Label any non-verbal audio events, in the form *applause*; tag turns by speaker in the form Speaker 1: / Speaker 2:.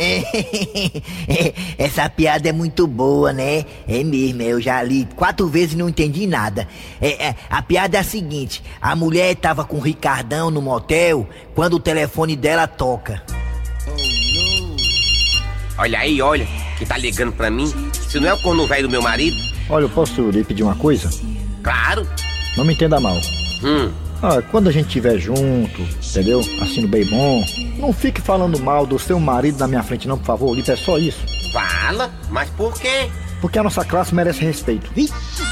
Speaker 1: *laughs* Essa piada é muito boa, né? É mesmo, eu já li quatro vezes e não entendi nada. É, é, a piada é a seguinte: a mulher tava com o Ricardão no motel quando o telefone dela toca.
Speaker 2: Olha aí, olha, que tá ligando pra mim. Se não é o corno velho do meu marido,
Speaker 3: Olha, eu posso lhe pedir uma coisa?
Speaker 2: claro.
Speaker 3: Não me entenda mal.
Speaker 2: Hum,
Speaker 3: Ah, quando a gente estiver junto, entendeu? Assim no bem bom, não fique falando mal do seu marido na minha frente, não, por favor, Lipe, é só isso.
Speaker 2: fala, mas por quê?
Speaker 3: Porque a nossa classe merece respeito.
Speaker 1: Vixe,